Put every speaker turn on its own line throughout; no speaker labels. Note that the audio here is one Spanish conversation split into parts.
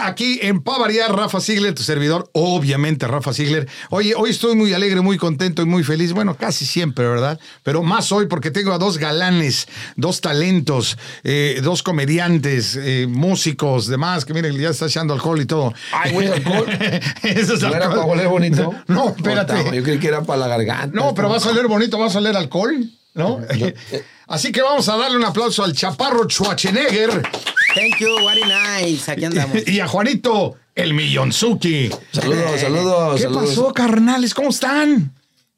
aquí en Pavariar, Rafa Sigler, tu servidor, obviamente Rafa Sigler. Oye, hoy estoy muy alegre, muy contento y muy feliz. Bueno, casi siempre, ¿verdad? Pero más hoy porque tengo a dos galanes, dos talentos, eh, dos comediantes, eh, músicos, demás, que miren, ya está echando alcohol y todo.
Ay, Ah, güey, alcohol.
Eso es
¿No era
alcohol.
para oler bonito?
No, espérate.
Puta, yo creí que era para la garganta.
No, pero vas a oler bonito, vas a oler alcohol, ¿no?
eh.
Así que vamos a darle un aplauso al chaparro Schwarzenegger
Thank you, what a nice. Aquí andamos.
y a Juanito el Millonzuki.
Saludos, saludos,
Eh, ¿Qué
Oh, saludos.
pasó, carnales? ¿Cómo están?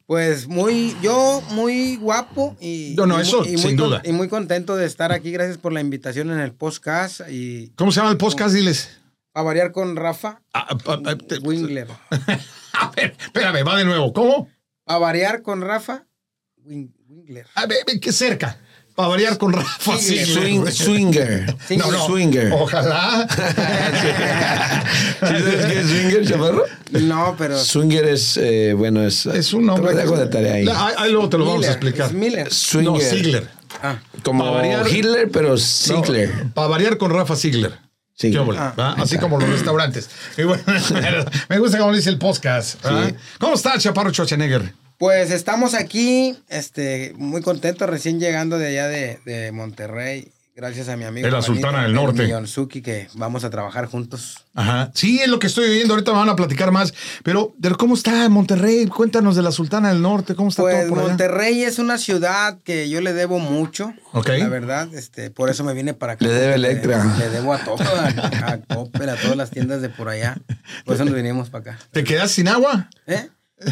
Pues muy, yo muy guapo y,
No, no,
y
eso,
muy- y muy
sin
con-
duda.
Y muy contento de estar aquí. Gracias por la invitación en el podcast y
¿Cómo se llama el podcast? Diles.
a variar con Rafa
Ah, ah, ah, te-
Wingler.
A ver, espérame, va de nuevo. ¿Cómo?
A variar con Rafa Wing- Wingler.
A ver, qué cerca. Para variar con Rafa
Sigue,
Sigler.
Swing, swinger.
Singer.
No, no.
Swinger.
Ojalá.
¿Sí sabes qué es swinger, chaparro?
No, pero
Swinger es, eh, bueno, es...
Es un nombre.
Te lo dejo de tarea ahí.
La- ahí- ahí luego te lo vamos a
Miller,
explicar.
es Miller.
Swinger.
No, Sigler.
Ah,
Como
Para variar.
Hitler, pero Sigler.
Para variar con Rafa Sigler.
Sí.
Qué óvole,
Ah,
¿va? Así como los restaurantes. Y bueno, me gusta cómo le dice el podcast. ¿va?
Sí.
¿Cómo está, Chaparro Schwarzenegger?
pues estamos aquí, este, muy contento, recién llegando de allá de, de Monterrey. Gracias a mi amigo.
De la
Juanito,
Sultana del
el
Norte.
Miyonzuki, que vamos a trabajar juntos.
Ajá. Sí, es lo que estoy viviendo. Ahorita me van a platicar más. Pero, pero ¿cómo está Monterrey? Cuéntanos de la Sultana del Norte. ¿Cómo está
Pues
todo por allá?
Monterrey es una ciudad que yo le debo mucho.
Ok.
La verdad, este, por eso me vine para acá.
Le debe Electra.
Le, le debo a todo, a, a Coppel, a todas las tiendas de por allá. Por eso nos vinimos para acá.
¿Te quedas sin agua?
¿Eh?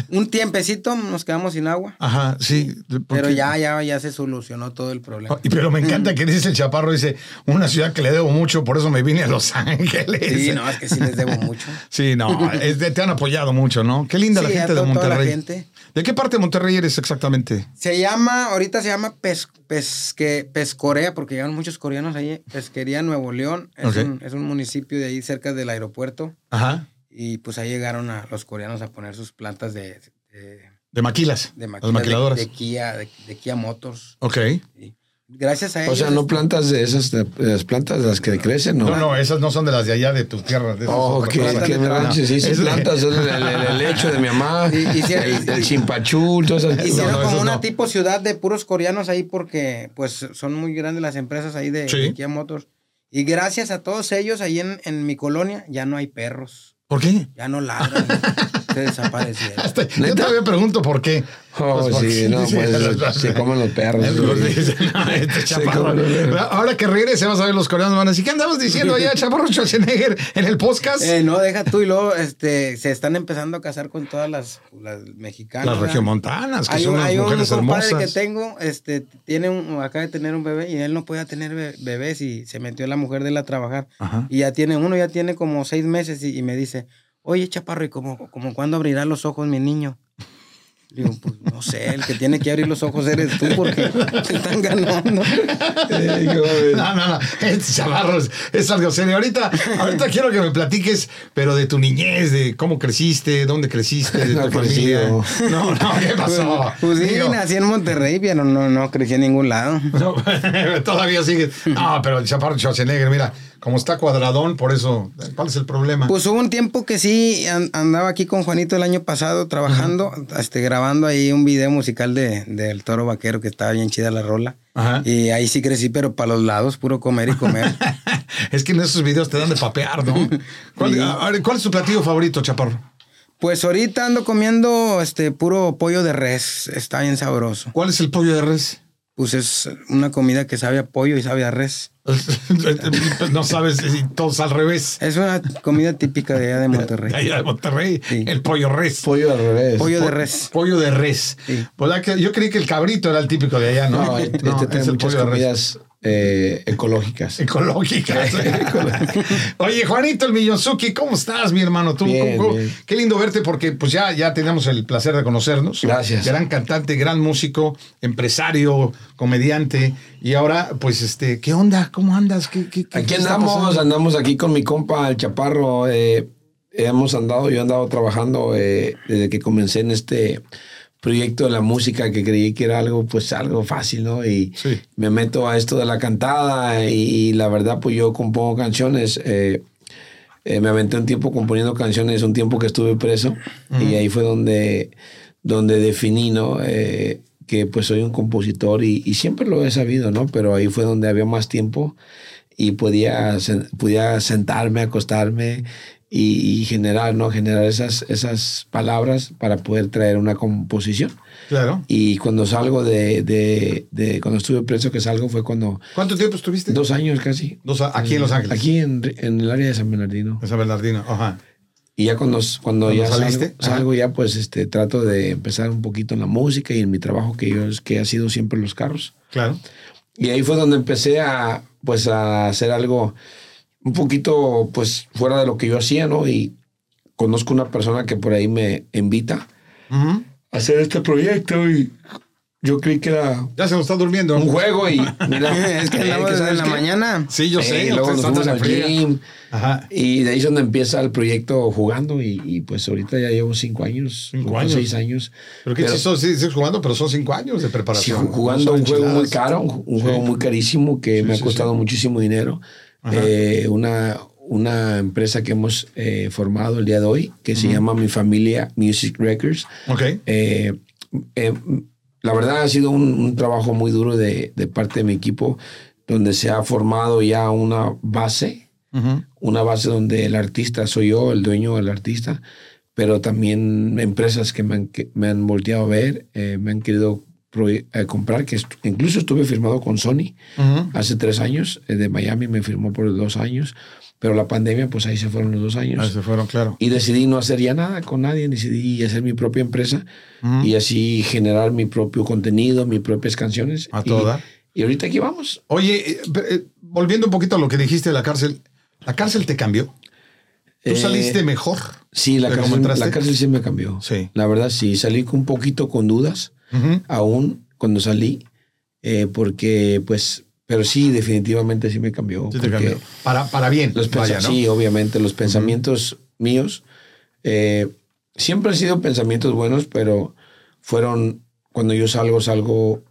Un tiempecito nos quedamos sin agua.
Ajá, sí. porque-
Pero ya, ya, ya se solucionó todo el problema.
Ah, Y pero me encanta que dice el Chaparro, dice, una ciudad que le debo mucho, por eso me vine a Los Ángeles.
Sí, no, es que sí les debo mucho.
Sí, no, es de- te han apoyado mucho, ¿no? Qué linda la
Sí, a
gente de
to- toda la
Monterrey.
gente.
¿De qué parte de Monterrey eres exactamente?
Se llama, ahorita se llama pes, pesque, Pescorea, porque llegan muchos coreanos ahí. Pesquería Nuevo León. Es,
Ok.
un, es un municipio de ahí cerca del aeropuerto.
Ajá.
Y pues ahí llegaron a los coreanos a poner sus plantas de, de,
De Maquilas.
de maquila-
Las maquiladoras.
de, de Kia, de, de Kia Motors.
Ok.
Y gracias a ellos.
O sea, no
este,
plantas de esas, de las plantas de las que crecen, ¿no?
No, no, esas no son de las de allá de tu tierra. De esas
Oh,
otras
que,
cosas.
que me
No,
manches, sí, sí,
es de-
plantas, el, el, el- el lecho de mi mamá,
Y- y si-
el,
y-
el chimpachul, todas esas
Hicieron
no,
como
esos
una
no.
tipo ciudad de puros coreanos ahí porque pues son muy grandes las empresas ahí de,
Sí.
de Kia Motors. Y gracias a todos ellos ahí en, en mi colonia ya no hay perros,
¿Por qué?
ya no ladran, se desaparecieron.
Hasta- Este, yo todavía pregunto por qué.
Oh,
Pues, porque-
sí, no, pues se comen los perros.
Los
güey.
dicen, "No, este chaparro".
comen los perros.
Ahora que regrese, vas a ver los coreanos van a decir, ¿qué andamos diciendo allá, Chaparro Schwarzenegger, en el podcast?
Eh, no, deja tú y luego este, se están empezando a casar con todas las, las mexicanas.
Las
¿verdad?
regiomontanas, que
Hay
son
un,
unas
hay un
mujeres
compadre
hermosas.
que tengo, este, tiene un, acaba de tener un bebé y él no podía tener be- bebés y se metió la mujer de él a trabajar.
Ajá.
Y ya tiene uno, ya tiene como seis meses y, y me dice, oye Chaparro, ¿y como, como cuándo abrirá los ojos mi niño? Le Digo, pues no sé, el que tiene que abrir los ojos eres tú porque te están ganando.
Ay, güey.
No, no, no. Es chavarro, es- es algo serio. Ahorita, ahorita quiero que me platiques, pero de tu niñez, de cómo creciste, dónde creciste, de
No
tu
he
familia.
crecido.
No, no, ¿qué pasó?
Pues sí,
Digo,
nací en Monterrey, pero no, no crecí en ningún lado.
no, todavía sigue. No, pero el chaparro Schwarzenegger, mira, como está cuadradón, por eso, ¿cuál es el problema?
Pues hubo un tiempo que sí an- andaba aquí con Juanito el año pasado trabajando, este, grabando ahí un video musical de del Toro Vaquero que estaba bien chida la rola.
Ajá.
Y ahí sí crecí, pero para los lados, puro comer y comer.
es que en esos videos te dan de papear, ¿no? ¿Cuál,
Sí.
a ver, ¿cuál es tu platillo favorito, chaparro?
pues ahorita ando comiendo este puro pollo de res, está bien sabroso.
¿Cuál es el pollo de res?
Pues es una comida que sabe a pollo y sabe a res.
Pues no sabes, si todos al revés.
Es una comida típica de allá de Monterrey.
De allá de Monterrey,
Sí.
el pollo res.
Pollo al revés.
Pollo de res.
Pollo de res.
Sí.
Pues la que- yo creí que el cabrito era el típico de allá, ¿no?
No, este
No,
tiene
es el
muchas
pollo de res.
comidas eh, ecológicas.
Ecológicas. Oye, Juanito el Millonzuki, ¿cómo estás, mi hermano? Tú,
Bien,
¿cómo- cómo-
bien.
Qué lindo verte porque pues ya, ya tenemos el placer de conocernos.
Gracias.
Gran cantante, gran músico, empresario, comediante. Y ahora, pues, este, ¿qué onda? ¿Cómo andas? ¿Qué, qué, qué-
Aquí
qué está
andamos,
pasando?
andamos aquí con mi compa, el Chaparro. eh, hemos andado, yo he andado trabajando eh, desde que comencé en este proyecto de la música que creí que era algo, pues algo fácil, ¿no? Y
Sí.
me meto a esto de la cantada y, y la verdad, pues yo compongo canciones. eh, eh, me aventé un tiempo componiendo canciones, un tiempo que estuve preso y ahí fue donde, donde definí, ¿no? Eh, que pues soy un compositor y, y siempre lo he sabido, ¿no? Pero ahí fue donde había más tiempo y podía, sen- podía sentarme, acostarme y, y generar, ¿no? Generar esas, esas palabras para poder traer una composición.
Claro.
Y cuando salgo de, de- de- cuando estuve preso que salgo fue cuando,
¿Cuánto tiempo estuviste?
dos años casi.
Dos a- aquí en Los Ángeles.
Aquí en, en el área de San Bernardino.
En San Bernardino. Ajá.
Y ya cuando, cuando
¿Cuándo
ya
saliste?
salgo,
Ajá.
salgo ya pues este, trato de empezar un poquito en la música y en mi trabajo que yo, que ha sido siempre los carros.
Claro.
Y ahí fue donde empecé a, pues, a hacer algo un poquito, pues, fuera de lo que yo hacía, ¿no? Y conozco una persona que por ahí me invita
Ujú.
a hacer este proyecto y yo creí que era
Ya se nos está durmiendo.
un juego y... mira,
Es que andaba
eh,
desde
¿sabes
la
qué?
mañana.
Sí, yo
Eh,
sé.
y luego
ustedes
nos
andan
fuimos
en
al
friega.
gym.
Ajá.
Y de ahí es donde empieza el proyecto jugando y, y, pues ahorita ya llevo cinco años,
Cinco
o
años.
seis años.
Pero qué sí son, sí, sigues jugando, pero son cinco años de
Sí,
preparación.
jugando
Son
un juego muy
enchiladas.
caro, un un juego muy carísimo que
Sí,
me ha
sí,
costado
sí.
muchísimo dinero.
Ajá.
Eh, una, una empresa que hemos eh, formado el día de hoy, que se llama Mi Familia Music Records.
Ok.
Eh, eh, la verdad ha sido un, un trabajo muy duro de, de parte de mi equipo, donde se ha formado ya una base,
Ujú.
una base donde el artista soy yo, el dueño del artista, pero también empresas que me han, que me han volteado a ver, eh, me han querido pro- eh, comprar, que est- incluso estuve firmado con Sony
Ujú.
hace tres años, eh, de Miami me firmó por dos años, pero la pandemia, pues ahí se fueron los dos
Ah,
años.
se fueron, claro.
Y decidí no hacer ya nada con nadie, decidí hacer mi propia empresa
Ujú.
y así generar mi propio contenido, mis propias canciones.
A
Y-
toda.
Y, ahorita aquí vamos.
Oye, eh, pero, eh, volviendo un poquito a lo que dijiste de la cárcel, ¿la cárcel te cambió? ¿Tú
Eh,
saliste mejor?
Sí, la
de cómo
cárcel,
entraste?
la cárcel sí me cambió.
Sí.
La verdad, sí, salí con un poquito con dudas,
Ujú.
aún cuando salí, eh, porque pues, pero sí, definitivamente sí me cambió.
Sí te
porque-
cambió. Para, para bien.
Los pensa-
vaya, ¿no?
Sí, obviamente, los pensamientos míos eh, siempre han sido pensamientos buenos, pero fueron, cuando yo salgo, salgo,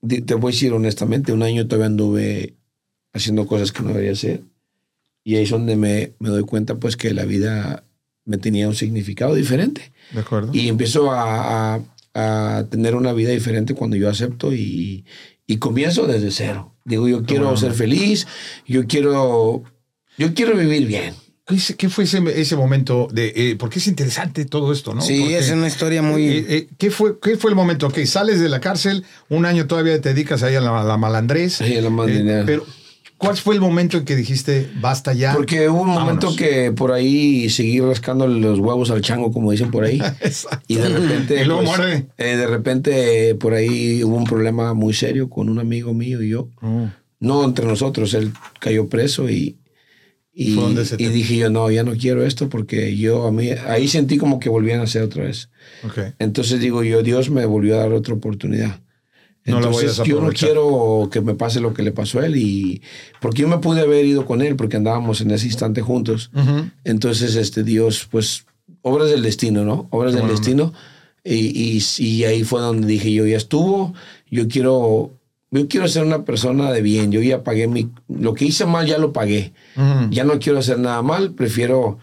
di- te voy a decir honestamente, un año todavía anduve haciendo cosas que no debería hacer. Y ahí es donde me, me doy cuenta, pues, que la vida me tenía un significado diferente.
De acuerdo.
Y empiezo a, a- a tener una vida diferente cuando yo acepto y, y comienzo desde cero. Digo, yo quiero
bueno.
ser feliz, yo quiero, yo quiero vivir bien.
¿Qué, hice- qué fue ese, ese momento de... eh, porque es interesante todo esto, ¿no?
Sí,
Porque,
es una historia
eh,
muy.
eh, ¿qué, fue, ¿Qué fue el momento? Ok, sales de la cárcel, un año todavía te dedicas ahí a la, la malandrés.
Sí, la
Eh,
manera.
pero, ¿cuál fue el momento en que dijiste, basta ya?
Porque hubo un momento
Ah, vámonos"?
que por ahí seguí rascando los huevos al chango, como dicen por ahí.
Exacto.
Y de repente,
Y luego
pues,
muere.
eh, de repente eh, por ahí hubo un problema muy serio con un amigo mío y yo.
Oh,
No entre nosotros, él cayó preso y, y,
Fue donde se
y
te-
dije yo, no, ya no quiero esto porque yo a mí, ahí sentí como que volvían a hacer otra vez.
Ok.
Entonces digo yo, Dios me volvió a dar otra oportunidad.
No la voy a
Entonces yo no
desaprovechar.
quiero que me pase lo que le pasó a él y porque yo me pude haber ido con él porque andábamos en ese instante juntos.
Ujú.
Entonces, este Dios, pues, obras del destino, ¿no? Obras
Qué
del
buena
destino. Y, y- y ahí fue donde dije yo, ya estuvo, yo quiero, yo quiero ser una persona de bien, yo ya pagué mi, lo que hice mal ya lo pagué,
Ujú.
ya no quiero hacer nada mal, prefiero,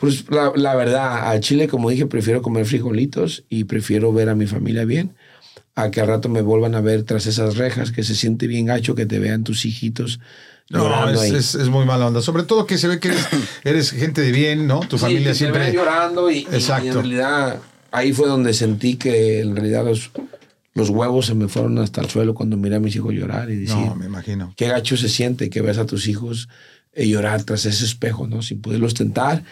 pues la, la verdad, al Chile, como dije, prefiero comer frijolitos y prefiero ver a mi familia bien, a que al rato me vuelvan a ver tras esas rejas, que se siente bien gacho, que te vean tus hijitos.
No,
llorando
es,
ahí.
es- es muy mala onda. Sobre todo que se ve que eres, eres gente de bien, ¿no? Tu
Sí,
familia
que se
siempre.
ven llorando y, y-
Exacto.
y en realidad ahí fue donde sentí que en realidad los, los huevos se me fueron hasta el suelo cuando miré a mis hijos llorar y decir,
No, me imagino.
qué gacho se siente que ves a tus hijos eh, llorar tras ese espejo, ¿no? Sin poderlos tentar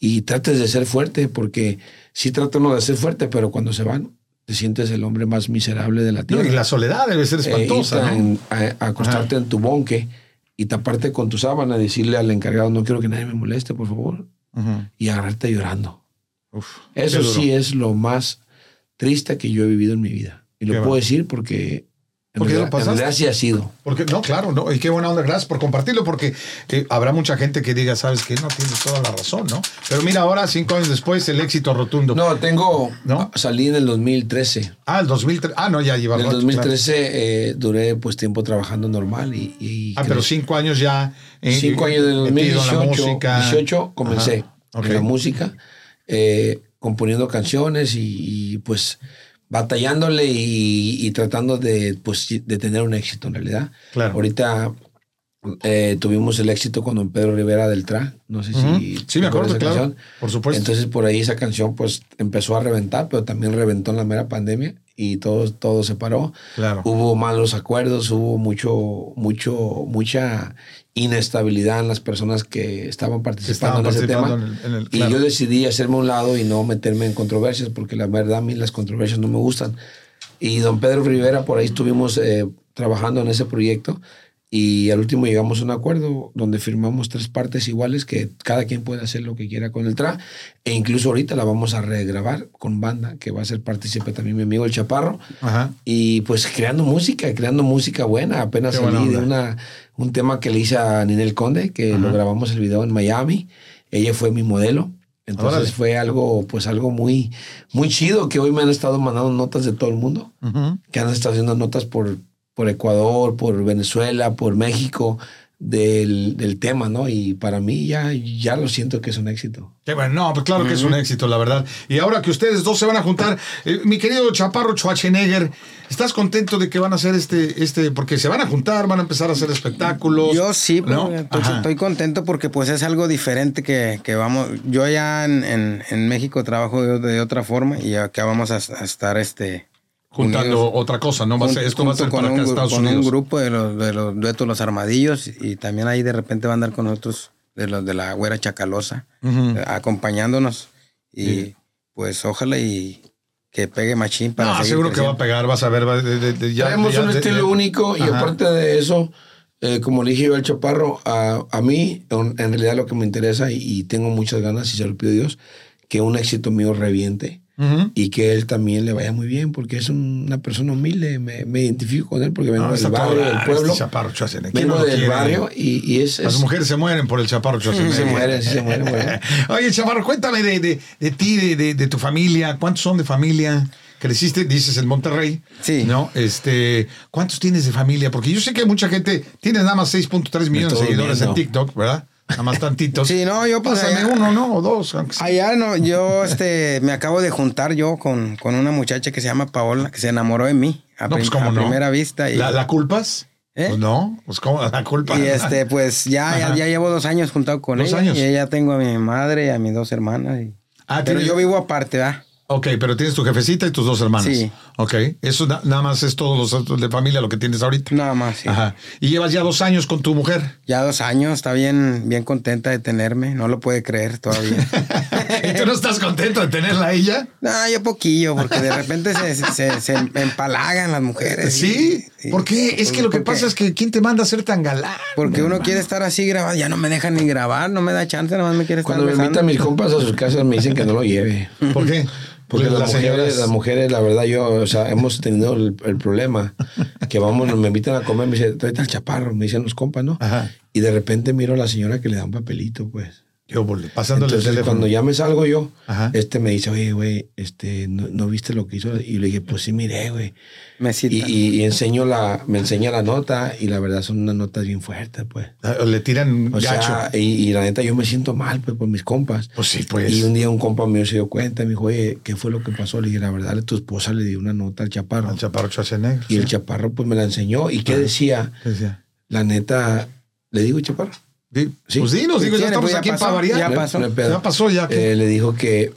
y trates de ser fuerte porque sí trata uno de ser fuerte, pero cuando se van te sientes el hombre más miserable de la
No,
tierra.
y la soledad debe ser
Eh,
espantosa,
irte
¿no?
en- a- a acostarte en tu bonque y taparte con tu sábana, decirle al encargado, no quiero que nadie me moleste, por favor,
Ujú.
y agarrarte llorando.
Uf,
Eso
qué duro.
sí es lo más triste que yo he vivido en mi vida.
Qué
Y lo
bárbaro.
puedo decir porque En
Porque ya lo
realidad, en
pasaste.
realidad sí ha sido.
Porque, no, claro, no. Y qué buena onda, gracias por compartirlo, porque eh, habrá mucha gente que diga, sabes que no tienes toda la razón, ¿no? Pero mira, ahora, cinco años después, el éxito rotundo.
No, tengo.
¿No?
Salí en el 2013.
Ah, el 2003. Ah, no, ya lleva
En el
rato,
2013 eh, duré pues tiempo trabajando normal y. y-
claro. Ah, pero cinco años ya. eh,
Cinco años del
metido en la
2018
música.
18 comencé
Ajá, ok.
en la música, eh, componiendo canciones y, y, pues batallándole y, y tratando de, pues, de tener un éxito en realidad.
Claro.
Ahorita eh, tuvimos el éxito con don Pedro Rivera del Tra, no sé
Ujú.
si...
Sí, me
¿te
acuerdo,
acuerdas de esa
claro.
canción?
Por supuesto.
Entonces por ahí esa canción pues empezó a reventar, pero también reventó en la mera pandemia y todo, todo se paró.
claro.
Hubo malos acuerdos, hubo mucho, mucho, mucha inestabilidad en las personas que estaban
Que estaban
participando en ese
participando
tema.
en el- en el-
Y
claro.
yo decidí hacerme a un lado y no meterme en controversias, porque la verdad a mí las controversias no me gustan. Y don Pedro Rivera, por ahí estuvimos eh, trabajando en ese proyecto y al último llegamos a un acuerdo donde firmamos tres partes iguales que cada quien puede hacer lo que quiera con el tra. E incluso ahorita la vamos a regrabar con banda, que va a ser partícipe también mi amigo El Chaparro
Ajá.
y pues creando música, creando música buena. Apenas
Qué
salí
buena
de
onda.
una, un tema que le hice a Ninel Conde, que lo grabamos el video en Miami. Ella fue mi modelo. Entonces
Órale.
fue algo, pues algo muy, muy chido que hoy me han estado mandando notas de todo el mundo,
Ujú.
que han estado haciendo notas por, por Ecuador, por Venezuela, por México, del, del tema, ¿no? Y para mí ya, ya lo siento que es un éxito.
Qué bueno, no, pues claro que es un éxito, la verdad. Y ahora que ustedes dos se van a juntar, eh, mi querido Chaparro Schwarzenegger, ¿estás contento de que van a hacer este, este, porque se van a juntar, van a empezar a hacer espectáculos?
Yo sí, pues,
¿no?
estoy,
Ajá.
estoy contento porque pues es algo diferente que, que vamos. Yo allá en, en- en México trabajo de, de otra forma y acá vamos a, a estar este
juntando
unidos.
otra cosa, ¿no? Va a ser-
Jun-
esto va a
junto
ser
con
para acá,
un, gru-
Estados
con un
Unidos.
grupo de los, de los duetos Los Armadillos y también ahí de repente va a andar con nosotros de los de la Güera Chacalosa
Ujú.
eh, acompañándonos y
Mm. Sí.
pues ojalá y que pegue machín para
No,
seguir
seguro que va a
creciendo.
pegar, vas a ver. va- de- de- de- ya-
Traemos
ya-
un
de-
estilo
de-
único y
Ajá.
aparte de eso, eh, como le dije yo al Chaparro, a, a mí en, en realidad lo que me interesa y, y tengo muchas ganas y se lo pido a Dios, que un éxito mío reviente
Ujú.
y que él también le vaya muy bien porque es un- una persona humilde, me, me identifico con él porque vengo
No,
del
está todo
barrio, del
raro este
pueblo,
Chaparro Schwarzenegger. ¿Quién no
vengo
lo
del
quiere?
barrio y, y es...
Las
es-
mujeres se mueren por el Chaparro Schwarzenegger.
se mueren, sí, se mueren,
¿Eh?
güey.
Oye, Chaparro, cuéntame de, de- de ti, de, de- de tu familia. ¿Cuántos son de familia? Creciste, dices, en Monterrey.
Sí.
¿No? Este, ¿Cuántos tienes de familia? Porque yo sé que hay mucha gente. Tienes nada más 6.3 millones de
estoy
seguidores en
durmiendo.
TikTok, ¿verdad? Nada más tantitos.
Sí, no, yo pues,
Pásame
allá-
uno, ¿no? O dos. aunque sea.
Allá no, yo este me acabo de juntar yo con, con una muchacha que se llama Paola, que se enamoró de mí a,
No,
prim-
pues cómo
a
no.
primera vista. Y,
¿La, la culpas?
¿Eh?
Pues no, pues cómo la culpa.
y, este, pues ya, ya,
Ajá.
ya llevo dos años juntado con
Dos
ella.
años.
Y ya tengo a mi madre y a mis dos hermanas. y-
Ah,
pero
tienes-
yo vivo aparte, ¿verdad?
Ok, pero tienes tu jefecita y tus dos hermanas.
Sí.
Ok, eso na- nada más es todos los otros de familia lo que tienes ahorita.
Nada más, sí.
Ajá. Y llevas ya dos años con tu mujer.
Ya dos años, está bien, bien contenta de tenerme, no lo puede creer todavía.
¿Y tú no estás contento de tenerla a ella?
no, yo poquillo, porque de repente se, se- se- se empalagan las mujeres.
Sí.
y- y-
¿Por qué? Es que lo que
porque-
pasa es que ¿quién te manda a ser tan galán?
Porque uno quiere estar así grabando, ya no me dejan ni grabar, no me da chance, nada más me quiere estar
Cuando me
besando.
invitan mis compas a sus casas me dicen que no lo lleve.
¿Por qué?
Porque las, mujeres,
señoras-
las mujeres, la verdad, yo, o sea, hemos tenido el, el problema que vamos, me invitan a comer, me dicen, tráete al chaparro, me dicen los compas, ¿no?
Ajá.
Y de repente miro a la señora que le da un papelito, pues.
Qué óvole, pasándole
Entonces,
el teléfono.
cuando ya me salgo yo,
Ajá.
este me dice, oye, güey, este, ¿no, no viste lo que hizo? Y le dije, pues sí, miré, güey.
Me
Y,
citan.
y- y enseño la, me enseña la nota y la verdad son unas notas bien fuertes, pues.
Ah, Le tiran
O
gacho.
sea, y, y la neta yo me siento mal, pues, por mis compas.
pues sí, pues.
Y un día un compa mío se dio cuenta, me dijo, oye, ¿qué fue lo que pasó? Le dije, la verdad, tu esposa le dio una nota al chaparro.
Al chaparro Schwarzenegger.
y el chaparro pues me la enseñó. ¿Y qué decía?
Decía,
La neta, le digo chaparro.
di-
Sí.
Pues dinos,
¿Qué
digo, ya
tiene?
estamos
Pues ya
aquí
pasó,
para variar.
ya
No hay-
pasó.
no hay pedo.
Ya pasó, ya que-
Eh, le dijo que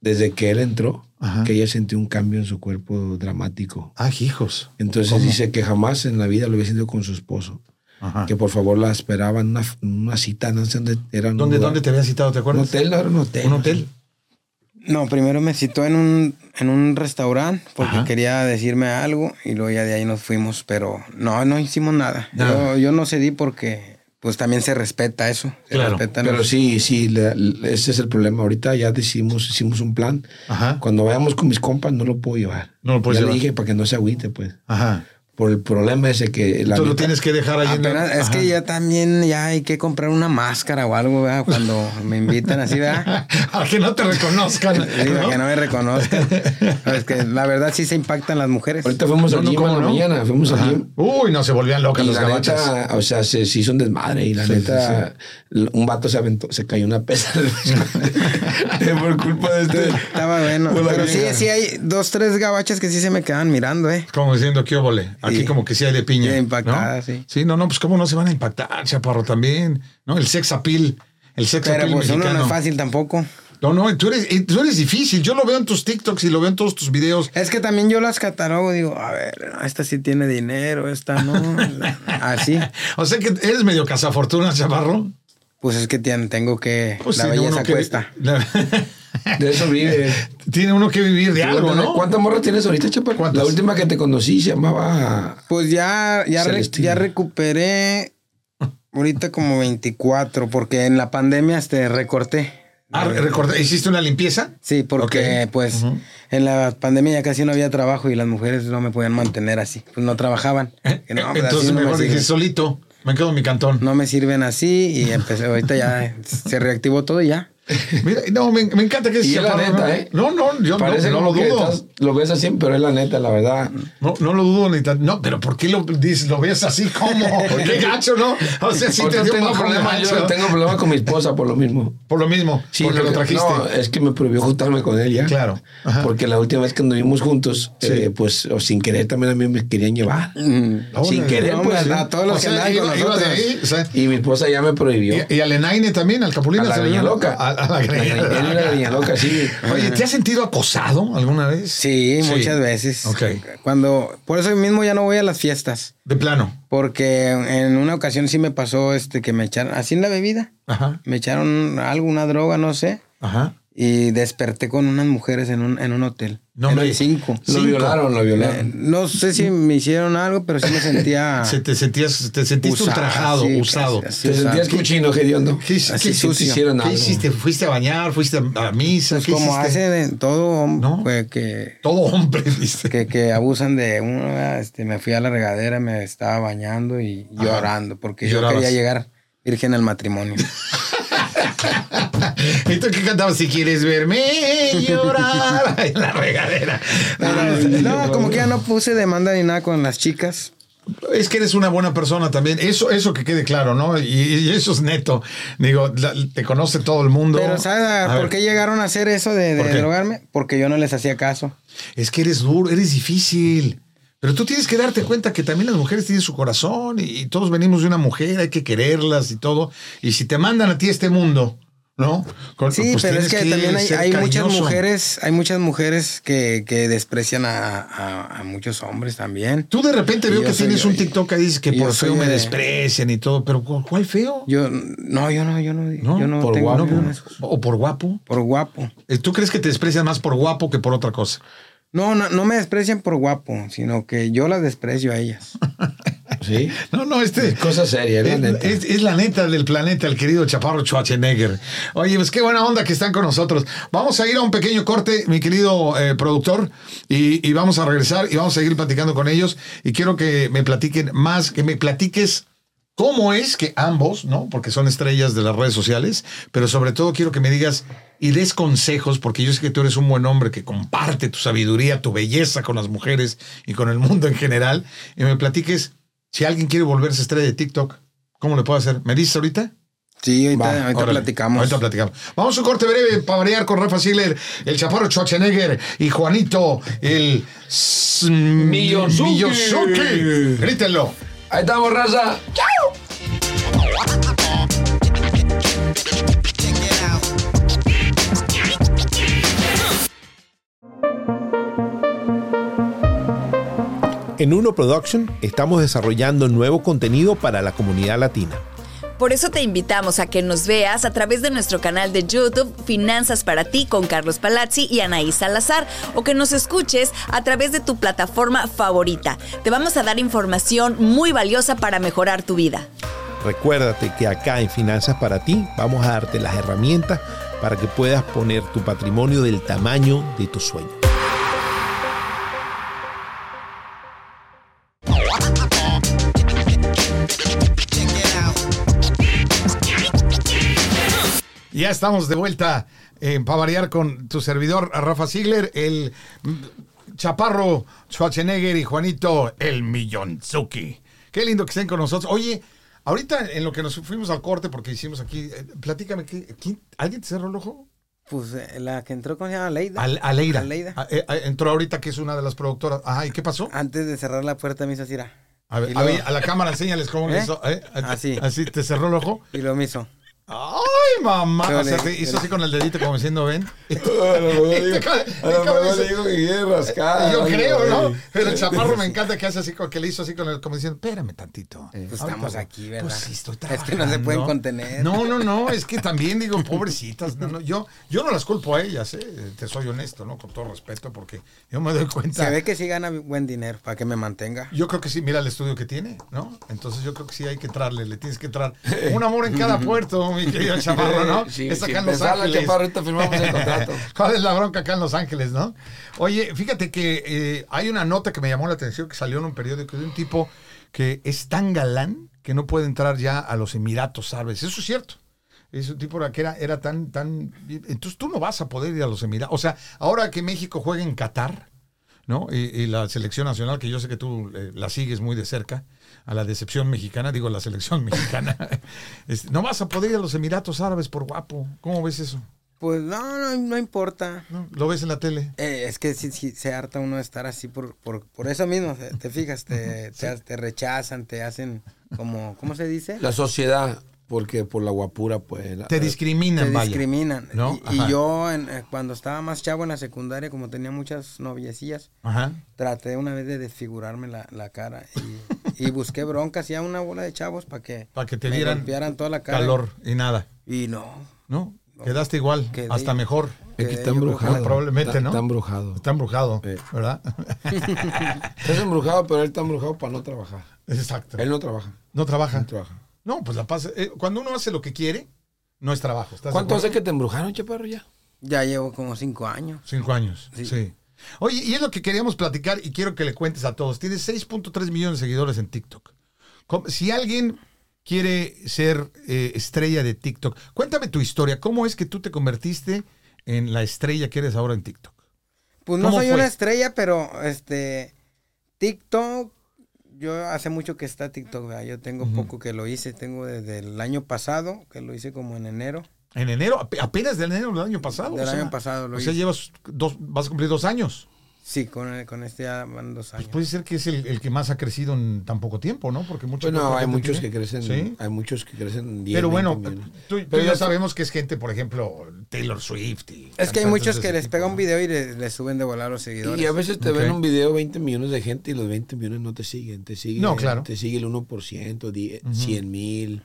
desde que él entró,
Ajá.
que ella sintió un cambio en su cuerpo dramático.
Ah, hijos.
Entonces
¿Cómo?
dice que jamás en la vida lo había sentido con su esposo.
Ajá.
Que por favor la esperaban en una, en una cita, no sé dónde era. en un
¿Dónde,
lugar.
¿Dónde te había citado, te
Un
acuerdas?
hotel, no, era un hotel.
¿Un hotel?
No, primero me citó en un, en un restaurante porque
Ajá.
quería decirme algo y luego ya de ahí nos fuimos, pero no, no hicimos nada.
Nada.
Yo, yo no cedí porque pues también se respeta eso. Se
Claro,
respetan
Pero
los-
sí, sí, le- le- ese es el problema. Ahorita ya decidimos, hicimos un plan.
Ajá.
Cuando vayamos con mis compas, no lo puedo llevar.
No lo puedes
ya
llevar.
le dije para que no se agüite, pues.
Ajá.
por el problema ese que la
Tú lo
neta-
tienes que dejar ahí. en la-
Apenas- es
Ajá.
que ya también ya hay que comprar una máscara o algo, ¿verdad? Cuando me invitan así, ¿verdad?
A que no te reconozcan.
Sí, para
¿no?
que no me reconozcan. Es que la verdad sí se impactan las mujeres.
Ahorita fuimos
No,
al
no,
gym a
¿cómo
la
no?
mañana, fuimos al gym.
Uy, no se volvían locas
Y
los
la
gabachas.
neta, o sea, se, se hizo un desmadre y la
Sí,
neta, l- un vato se aventó, se cayó una pesa por culpa de este.
Estaba bueno.
Por la
Pero sí,
gringa.
sí hay dos, tres gabachas que sí se me quedan mirando, ¿eh?
Como diciendo, ¿qué óvole? Aquí
Sí.
como que sí hay de piña.
Sí, impactada,
¿no?
sí.
Sí, no, no, pues cómo no se van a impactar, chaparro, también. ¿No? El sex appeal. El sex
Pero
appeal
pues uno no
mexicano.
es fácil tampoco.
No, no, tú eres, eh, tú eres difícil. Yo lo veo en tus TikToks y lo veo en todos tus videos.
Es que también yo las catalogo, digo, a ver, esta sí tiene dinero, esta no. Así.
O sea que eres medio cazafortuna, chaparro. Pues
Pues es que tien- tengo que. la
tiene
belleza
uno que-
cuesta.
De eso vive.
tiene uno que vivir de algo, ¿no?
¿Cuántas morras tienes ahorita, Chapa?
¿Cuántas?
La última que te conocí se llamaba.
Pues ya, ya, re-
Celestina.
ya recuperé ahorita como 24, porque en la pandemia este, recorté.
Ah, recordé, ¿hiciste una limpieza?
Sí, porque
Ok.
pues
Ujú.
en la pandemia ya casi no había trabajo y las mujeres no me podían mantener así. Pues no trabajaban. Que no, pues, así
Entonces
no,
mejor "Oh".
me
dije,
sirven,
solito, me quedo en mi cantón.
no me sirven así y empecé. Ahorita ya se reactivó todo y ya.
Mira, no, me, me encanta que
Y
sea
es la
parro,
neta,
¿no?
¿eh?
No, no, yo no-
Parece
no,
como
lo
que
dudo.
estás- lo ves así, pero es la neta, la verdad.
No, no lo dudo ni tan- No, pero ¿por qué lo dices? ¿Lo ves así como? ¿Qué gacho, no? O sea, sí
Ahorita
te dio
tengo
un problema.
problema, yo
gacho.
tengo problema con mi esposa por lo mismo.
Por lo mismo, porque lo
que-
trajiste.
No, es que me prohibió juntarme con él ya.
Claro. Ajá.
Porque la última vez que anduvimos juntos,
Sí.
eh, pues o sin querer también a mí me querían llevar.
No,
sin
no,
querer,
no,
pues,
sí.
a todos los
O sea,
que andaban con
iba- iba de
nosotros.
ahí, o sea,
Y mi esposa ya me prohibió.
y, y al Enaine también, al Capulina.
A la
se le-
Niña Loca.
A, a la
La
Niña
Niña- él era la Niña Loca, sí.
Oye, ¿te has sentido acosado alguna vez?
Sí, muchas veces.
Ok.
Cuando, por eso mismo ya no voy a las fiestas.
De plano.
Porque en una ocasión sí me pasó este que me echaron, así en la bebida,
Ajá,
me echaron algo, una droga, no sé,
ajá.
y desperté con unas mujeres en un, en un hotel.
No,
Eran
hombre.
cinco.
Lo
Cinco.
violaron, lo
Eh,
Ah.
violaron.
No sé si me hicieron algo, pero sí me sentía
Se te sentías, te sentiste
Ah. usado,
ultrajado,
sí,
usado.
casi, así
Te
usado. Pues,
sentías cochino, hediondo.
¿Qué, hici-
Así
qué
Si te
sucio.
hicieron
¿Qué
algo.
hiciste? ¿Fuiste a bañar? ¿Fuiste a misa?
Pues
¿Qué
como
hiciste?
hacen en todo
¿No?
pues, que,
Todo hombre, dice.
que, que abusan de uno, ¿verdad? este, me fui a la regadera, me estaba bañando y
Ajá.
llorando, porque
Y
yo
llorabas.
quería llegar virgen al matrimonio.
¿Y tú qué cantabas? Si quieres verme llorar en la regadera.
Pero,
Ah,
no, como que ya no puse demanda ni nada con las chicas.
Es que eres una buena persona también. Eso, eso que quede claro, ¿no? Y, y eso es neto. Digo, la- te conoce todo el mundo.
Pero ¿sabes
A
por
ver,
qué llegaron a hacer eso de, de
¿Por qué?
drogarme? Porque yo no les hacía caso.
Es que eres duro, eres difícil. Pero tú tienes que darte cuenta que también las mujeres tienen su corazón y, y todos venimos de una mujer, hay que quererlas y todo. Y si te mandan a ti a este mundo, ¿no? Con-
Sí,
pues
pero es
tienes
que, también hay,
ser
hay muchas
cariñoso.
mujeres, hay muchas mujeres que, que desprecian a, a- a muchos hombres también.
Tú de repente veo
Yo
que
soy-
tienes
yo-
un TikTok que dices que
yo
por
soy
feo me
de-
desprecian y todo, pero ¿cu- ¿cuál feo?
Yo no, yo no, yo no,
¿No?
yo no
Por
tengo
guapo.
ninguno de esos.
¿O por guapo?
por guapo.
Eh, ¿Tú crees que te desprecian más por guapo que por otra cosa?
No, no, no me desprecian por guapo, sino que yo las desprecio a ellas.
Sí.
No, no, este...
Cosa seria, la
es,
neta.
es- es la neta del planeta, el querido Chaparro Schwarzenegger. Oye, pues qué buena onda que están con nosotros. Vamos a ir a un pequeño corte, mi querido eh, productor, y, y vamos a regresar y vamos a seguir platicando con ellos. Y quiero que me platiquen más, que me platiques cómo es que ambos, ¿no? Porque son estrellas de las redes sociales, pero sobre todo quiero que me digas y des consejos, porque yo sé que tú eres un buen hombre que comparte tu sabiduría, tu belleza con las mujeres y con el mundo en general, y me platiques si alguien quiere volverse estrella de TikTok, ¿cómo le puedo hacer? ¿Me dices ahorita?
Sí, ahorita,
Va,
ahorita
Órale,
platicamos.
Ahorita platicamos. Vamos a un corte breve para variar con Rafa Ziegler, el Chaparro Schwarzenegger y Juanito, el S-
Miyozuki.
Miyozuki. Grítenlo.
Ahí estamos, raza.
En Uno Production estamos desarrollando nuevo contenido para la comunidad latina.
Por eso te invitamos a que nos veas a través de nuestro canal de YouTube Finanzas para ti con Carlos Palazzi y Anaís Salazar o que nos escuches a través de tu plataforma favorita. Te vamos a dar información muy valiosa para mejorar tu vida.
Recuérdate que acá en Finanzas para ti vamos a darte las herramientas para que puedas poner tu patrimonio del tamaño de tu sueño.
Ya estamos de vuelta eh, para variar con tu servidor Rafa Ziegler, el Chaparro Schwarzenegger y Juanito el Millonzuki. Qué lindo que estén con nosotros. Oye, ahorita en lo que nos fuimos al corte porque hicimos aquí, eh, platícame, ¿qué- quién- ¿alguien te cerró el ojo?
Pues eh, la que entró con se llama Aleida.
Al- Aleida.
Aleida.
A- eh, eh, entró ahorita que es una de las productoras. Ajá, ¿y qué pasó?
Antes de cerrar la puerta me hizo así, era.
A, ver,
Y
a,
luego-
ver, a la cámara enséñales cómo le
¿Eh?
hizo. ¿eh?
Así.
Así, ¿te cerró el ojo?
Y lo me hizo.
¡Ay, mamá!
Qué
O sea,
ole-
te hizo así con el dedito como diciendo, ven.
A lo mejor
Este
digo-
cabrón-
a lo
este cabrón
mejor
dice-
digo que quiere
Ah,
rascar.
Yo creo,
algo,
¿no?
güey.
Pero el chaparro me encanta que hace así, con- que le hizo así con el, como diciendo, espérame tantito.
Pues
Ahorita
estamos
voy".
aquí, ¿verdad?
Pues sí, estoy
Es que no se pueden
trabajando.
contener.
No, no, no, es que también digo, pobrecitas, no, no, yo, yo no las culpo a ellas, ¿eh? te soy honesto, ¿no? Con todo respeto, porque yo me doy cuenta.
Se ve que sí gana buen dinero para que me mantenga.
Yo creo que sí, mira el estudio que tiene, ¿no? Entonces yo creo que sí hay que entrarle, le tienes que entrar. Un amor en cada puerto, mi querido Chaparro, ¿no?
Sí,
Es acá
sin
en Los
pensarla,
Ángeles.
Chaparro, ahorita firmamos el contrato.
¿Cuál es la bronca acá en Los Ángeles, no? Oye, fíjate que eh, hay una nota que me llamó la atención que salió en un periódico de un tipo que es tan galán que no puede entrar ya a los Emiratos Árabes. Eso es cierto. Es un tipo que era, era tan, tan... Entonces tú no vas a poder ir a los Emiratos. O sea, ahora que México juega en Qatar, ¿no? Y, y la selección nacional, que yo sé que tú eh, la sigues muy de cerca, a la decepción mexicana, digo la selección mexicana, Este, no vas a poder ir a los Emiratos Árabes por guapo. ¿Cómo ves eso?
Pues no, no, no importa.
¿No? ¿Lo ves en la tele?
Eh, es que sí, sí, se harta uno de estar así por, por, por eso mismo, te, te fijas, te, te, te rechazan, te hacen como, ¿cómo se dice?
La sociedad, porque por la guapura, pues. la-
Ah, Te discriminan,
te
vaya.
discriminan.
¿No?
Y, y
Ajá.
yo en- eh, cuando estaba más chavo en la secundaria, como tenía muchas noviecillas,
Ajá.
traté una vez de desfigurarme la, la cara y, y busqué broncas y a una bola de chavos para que,
Para que te
me
dieran
golpearan toda la cara.
calor y nada,
Y no.
¿no? Quedaste igual,
Quedé.
hasta mejor.
Es
Eh,
que está
yo creo
embrujado.
que- Probablemente,
Está-
¿no?
Está embrujado.
Está embrujado,
Eh.
¿verdad?
Está embrujado, pero él está embrujado para no trabajar.
Exacto.
Él no trabaja.
No trabaja.
No trabaja.
No, pues la pasa. eh, cuando uno hace lo que quiere, no es trabajo. ¿estás de
¿Cuánto
acuerdo?
hace que te embrujaron, chaparro, ya?
Ya llevo como cinco años.
Cinco años. Sí.
Sí.
Oye, y es lo que queríamos platicar y quiero que le cuentes a todos. Tienes 6.3 millones de seguidores en TikTok. ¿Cómo- Si alguien quiere ser eh, estrella de TikTok, cuéntame tu historia. ¿Cómo es que tú te convertiste en la estrella que eres ahora en TikTok?
Pues no
¿Cómo
soy
fue?
una estrella, pero este TikTok, yo hace mucho que está TikTok, ¿verdad? yo tengo poco que lo hice, tengo desde el año pasado, que lo hice como en enero.
En enero, Ap- apenas del enero del año pasado.
Del año pasado lo
O sea,
hice.
llevas dos, vas a cumplir dos años.
Sí, con, el- con este ya van dos
Pues
años.
puede ser que es el, el que más ha crecido en tan poco tiempo, ¿no? Porque mucha
Bueno,
poca
hay
gente
muchos que
tiene.
crecen.
Sí.
Hay muchos que crecen 10,
Pero bueno,
20 millones.
tú, tú
Pero
ya
ya-
sabemos que es gente, por ejemplo, Taylor Swift. y
es que hay
cantantes
muchos
de
que
ese
les
tipo,
pega
¿no?
un video y le, le suben de volar los seguidores.
Y a veces te
Ok.
ven un video 20 millones de gente y los 20 millones no te siguen. Te siguen
No, claro.
Te sigue el 1%, 10, 100 eh, mil,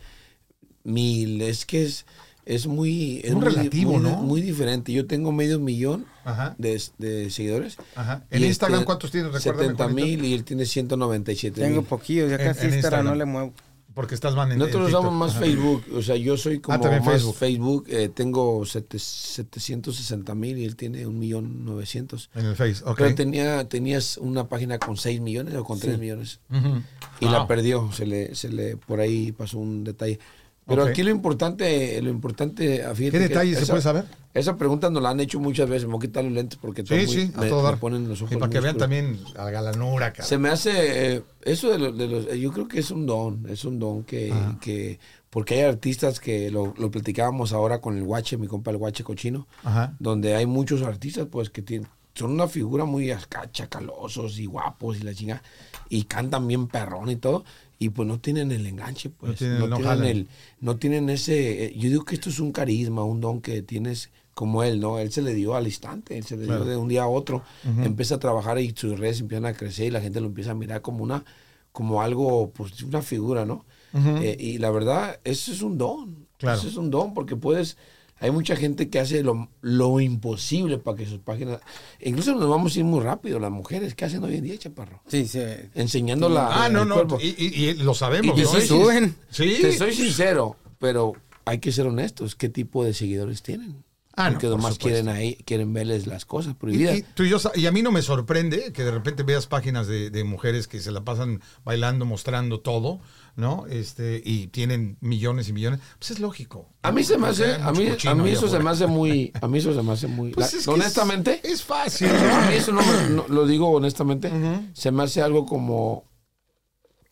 mil. Es que es, es muy... Es
Un
muy-
relativo,
muy-
¿no?
Muy diferente. Yo tengo medio millón
Ajá.
de, de seguidores.
Ajá. ¿En Instagram cuántos tienes? Recuérdame,
70
Juanito.
mil y él tiene 197
Tengo
mil.
poquillos, ya
En-
casi
en
Instagram no
Instagram.
le muevo.
Porque estás más en en
Nosotros
TikTok.
usamos más
Ajá. Ah,
Facebook. O sea, yo soy como
también
más
Facebook.
Facebook. eh, tengo 7- 760 mil y él tiene 1.900.000.
En el Face, ok.
Pero tenía, tenías una página con 6 millones o con 3 millones.
Ujú.
Y
Mm. Wow.
la perdió, se le, se le, por ahí pasó un detalle. Pero
Ok.
aquí lo importante, lo importante, ah, fíjate
¿Qué
que
detalle se
esa-
puede saber?
Esa pregunta nos la han hecho muchas veces, me voy a quitar los lentes porque
Sí,
están muy-
sí, a
me-
todo
me
dar.
ponen los ojos
y para que
muy
vean
oscuros.
también a la galanura, cara.
Se me hace, eh, eso de, lo- de los, eh, yo creo que es un don, es un don que,
Ah.
que porque hay artistas que lo, lo platicábamos ahora con el guache, mi compa el guache cochino,
Ajá.
donde hay muchos artistas pues que tienen, son una figura muy acá, chacalosos y guapos y la chinga, y cantan bien perrón y todo, y pues no tienen el enganche, pues, no
tienen-
tienen,
no jalan.
el, no tienen ese, eh, yo digo que esto es un carisma, un don que tienes como él, ¿no? Él se le dio al instante, él se le
Claro.
dio de un día a otro, empieza a trabajar y sus redes empiezan a crecer y la gente lo empieza a mirar como una, como algo, pues una figura, ¿no? Eh, y la verdad, eso es un don,
Claro.
eso es un don porque puedes, hay mucha gente que hace lo, lo imposible para que sus páginas, incluso nos vamos a ir muy rápido, las mujeres, ¿qué hacen hoy en día, chaparro?
Sí, sí.
Enseñando la...
Ah, no,
el
no.
cuerpo.
Y, y- y lo sabemos.
Y
¿no?
te soy,
Sí.
suben.
Sí.
te soy sincero, pero hay que ser honestos. ¿Qué tipo de seguidores tienen?
Ah, no,
porque
por
nomás
supuesto.
quieren ahí, quieren verles las cosas
Y,
prohibidas.
y tú y, yo sa- y a mí no me sorprende que de repente veas páginas de, de mujeres que se la pasan bailando, mostrando todo, ¿no? Este, y tienen millones y millones. Pues es lógico.
a mí se me
O sea, hay
hace, a
mucho
mí, a
cochino
mí
allá
eso se me
afuera.
hace muy, a mí eso se me hace muy,
Pues
la-
es que
honestamente.
Es, es fácil.
A
¿no?
mí eso no, me- no- lo digo honestamente, se me hace algo como,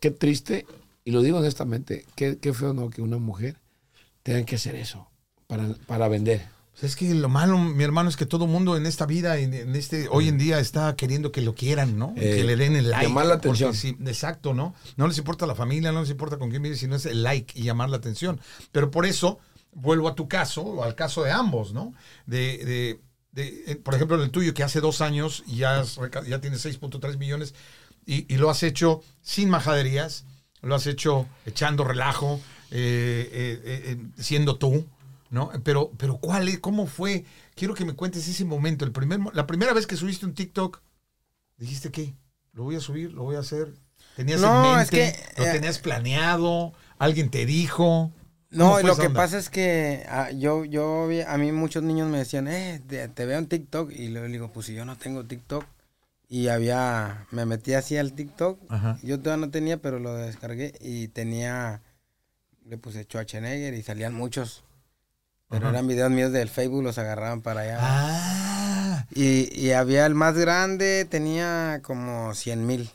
qué triste, y lo digo honestamente, qué, qué feo no que una mujer tenga que hacer eso para, para vender.
Pues es que lo malo, mi hermano, es que todo mundo en esta vida, en, en este, hoy en día está queriendo que lo quieran, ¿no?
Mm. Eh,
que le den el like.
llamar la
porque
atención.
sí, exacto, ¿no? No les importa la familia, no les importa con quién vives, sino es el like y llamar la atención. Pero por eso, vuelvo a tu caso, o al caso de ambos, ¿no? De, de- de, eh, por ejemplo, en el tuyo, que hace dos años ya, has reca- ya tienes 6.3 millones y, y lo has hecho sin majaderías, lo has hecho echando relajo, eh, eh, eh, eh, siendo tú, ¿no? Pero, pero ¿cuál es? ¿Cómo fue? Quiero que me cuentes ese momento. El primer, mo- la primera vez que subiste un TikTok, dijiste que lo voy a subir, lo voy a hacer. Tenías
No,
en
es
mente,
que,
lo
eh,
tenías planeado, alguien te dijo. ¿Cómo
No,
fue
lo
esa
que
onda?
pasa es que ah, yo, yo, vi- a mí muchos niños me decían, eh, te, te veo en TikTok. Y luego le digo, pues si yo no tengo TikTok. Y había, me metí así al TikTok.
Ajá.
Yo todavía no tenía, pero lo descargué y tenía, le puse Schwarzenegger y salían muchos. Pero
Ajá.
eran videos míos del Facebook, los agarraban para allá.
Ah,
Y, y había el más grande, tenía como 100 mil,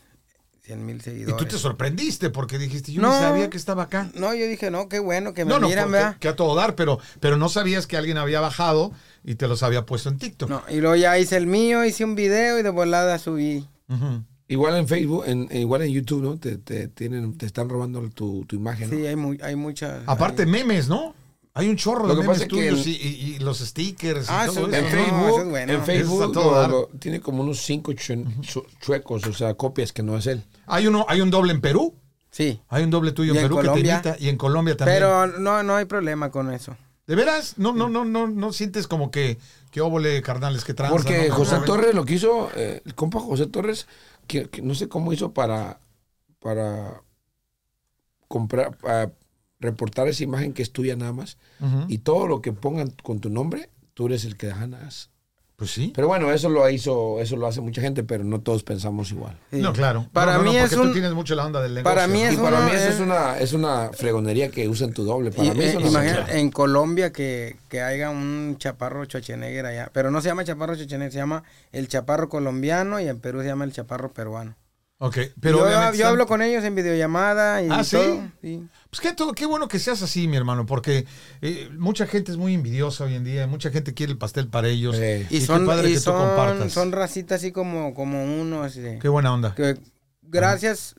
100 mil
y
seguidores.
tú te sorprendiste porque dijiste, yo no
No.
sabía que estaba acá.
No, yo dije, no, qué bueno que me
No, no,
miran,
porque-
¿verdad?
que a todo dar, pero, pero no sabías que alguien había bajado y te los había puesto en TikTok.
No, y luego ya hice el mío, hice un video y de volada subí.
Ujú.
Igual en Facebook, en, igual en YouTube, ¿no? Te, te tienen, te están robando tu, tu imagen. ¿no?
Sí, hay, mu- hay muchas.
Aparte,
hay-
memes, ¿no? Hay un chorro de
Lo que
memes
pasa es que
tuyos
el-
y, y- y los stickers
Ah,
y todo
eso-
eso.
En
¿no?
fe-
Facebook,
eso es bueno.
en
Eso
Facebook
está todo
lo-
dar.
lo- tiene como unos cinco chuen- chu- chuecos, o sea, copias que no es él.
Hay uno, hay un doble en Perú.
Sí.
Hay un doble tuyo
Y
en
en
Perú que te
Colombia.
imita y en Colombia también.
Pero no, no hay problema con eso.
¿De veras? No, no, no, no, no sientes como que, que óvole, carnales, que tranza.
Porque
¿no?
José
Como-
Torres lo que hizo, eh, el compa José Torres, que, que no sé cómo hizo para, para comprar, para reportar esa imagen que es tuya nada más.
Ujú.
Y todo lo que pongan con tu nombre, tú eres el que ganas.
Pues sí.
Pero bueno, eso lo hizo, eso lo hace mucha gente, pero no todos pensamos igual.
Sí.
No, claro.
Para
No, no, no,
mí es
porque tú
un-
tienes mucho la onda del negocio.
para mí
¿no?
es
Y para
una-
mí eso
eh,
es una, es una fregonería que usan tu doble. Para
Y,
mí
eh,
eso no
imagina-
se usa.
en Colombia que, que haya un chaparro Schwarzenegger allá. Pero no se llama chaparro Schwarzenegger, se llama el chaparro colombiano y en Perú se llama el chaparro peruano.
Ok, pero
Pero yo,
obviamente
yo
están-
hablo con ellos en videollamada y
¿Ah, sí?
todo. Sí.
Pues qué, todo, qué bueno que seas así, mi hermano, porque eh, mucha gente es muy envidiosa hoy en día, mucha gente quiere el pastel para ellos.
Eh.
Y,
Y son,
qué padre
y
que tú
son,
compartas.
son racitas así como, como uno. así de-
Qué buena onda.
que gracias,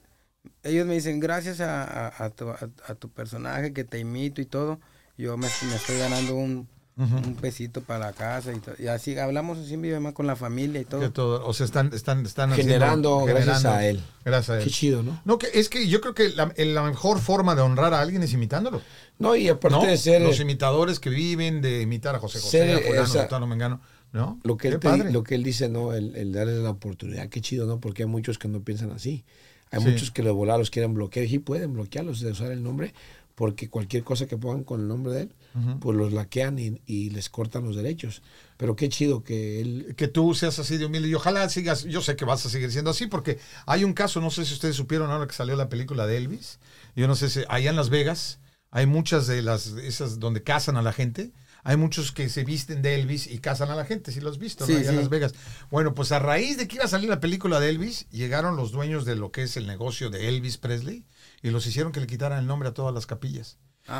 ellos me dicen, gracias a, a- a tu, a- a tu personaje que te imito y todo, yo me, me estoy ganando un, un pesito para la casa y, todo. y así hablamos así mi mamá con la familia y
Que
todo.
todo- o sea, están, están, están
Generando
haciendo-
gracias a él.
Gracias a
Qué
él.
chido, ¿no?
No, que es que yo creo que la, la mejor forma de honrar a alguien es imitándolo.
No, y aparte
¿no?
de ser... eh,
Los imitadores que viven de imitar a José José,
Ser,
a fulano,
o sea,
sutano, mengano, ¿no?
lo que,
Qué
él te-
padre.
lo que él dice, ¿no? El, el darle la oportunidad, qué chido, ¿no? Porque hay muchos que no piensan así. Hay
Sí.
muchos que los volados quieren bloquear y pueden bloquearlos de usar el nombre, porque cualquier cosa que pongan con el nombre de él, pues los laquean y, y les cortan los derechos. Pero qué chido que él.
que tú seas así de humilde y ojalá sigas, yo sé que vas a seguir siendo así porque hay un caso, no sé si ustedes supieron ahora que salió la película de Elvis, yo no sé si allá en Las Vegas hay muchas de las esas donde cazan a la gente, hay muchos que se visten de Elvis y cazan a la gente, si lo has visto, ¿no?
Sí,
allá en
sí.
Las Vegas. Bueno, pues a raíz de que iba a salir la película de Elvis, llegaron los dueños de lo que es el negocio de Elvis Presley y los hicieron que le quitaran el nombre a todas las capillas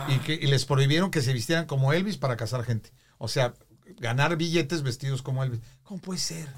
y, que, y les prohibieron que se vistieran como Elvis para cazar gente. O sea, ganar billetes vestidos como Elvis. ¿Cómo puede ser?